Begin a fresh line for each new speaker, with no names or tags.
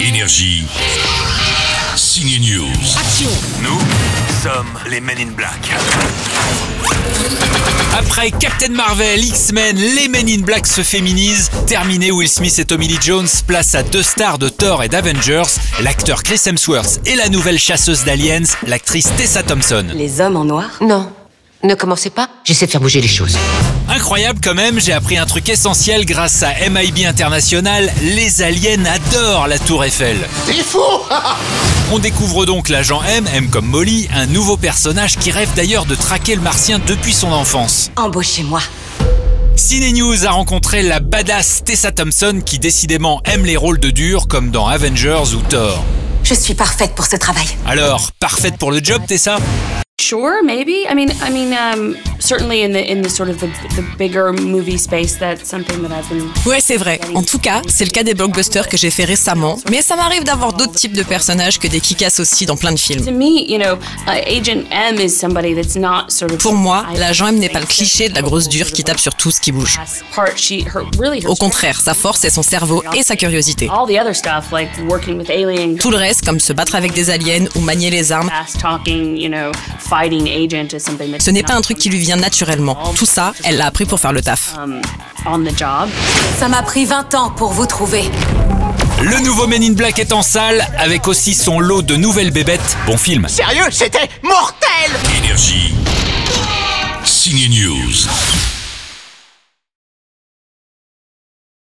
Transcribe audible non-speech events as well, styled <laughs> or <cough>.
Énergie. Signe News.
Action
Nous sommes les Men in Black.
Après Captain Marvel, X-Men, les Men in Black se féminisent. Terminé, Will Smith et Tommy Lee Jones place à deux stars de Thor et d'Avengers, l'acteur Chris Hemsworth et la nouvelle chasseuse d'aliens, l'actrice Tessa Thompson.
Les hommes en noir
Non. Ne commencez pas. J'essaie de faire bouger les choses.
Incroyable quand même, j'ai appris un truc essentiel grâce à MIB International, les aliens adorent la tour Eiffel. C'est fou <laughs> On découvre donc l'agent M, M comme Molly, un nouveau personnage qui rêve d'ailleurs de traquer le martien depuis son enfance.
Embauchez-moi.
Ciné News a rencontré la badass Tessa Thompson qui décidément aime les rôles de dur comme dans Avengers ou Thor.
Je suis parfaite pour ce travail.
Alors, parfaite pour le job Tessa
Sure, maybe. I mean, I mean, um, certainly in the in the sort of the, the bigger movie space, that's something that I've been.
Ouais, c'est vrai. En tout cas, c'est le cas des blockbusters que j'ai fait récemment, mais ça m'arrive d'avoir d'autres types de personnages que des kickass aussi dans plein de films.
To me, you know, uh, Agent M is somebody that's not sort of.
Pour moi, l'agent M n'est pas le cliché de la grosse dure qui tape sur tout ce qui bouge.
Part, she, her, really her
Au contraire, sa force est son cerveau et sa curiosité.
All the other stuff, like working with aliens,
Tout le reste, comme se battre avec des aliens ou manier les armes,
fast talking, you know, fighting agent is something that.
ce n'est pas un truc qui lui vient naturellement. Tout ça, elle l'a appris pour faire le taf.
Um, on the job.
Ça m'a pris 20 ans pour vous trouver.
Le nouveau Men in Black est en salle avec aussi son lot de nouvelles bébêtes. Bon film.
Énergie. Signe News.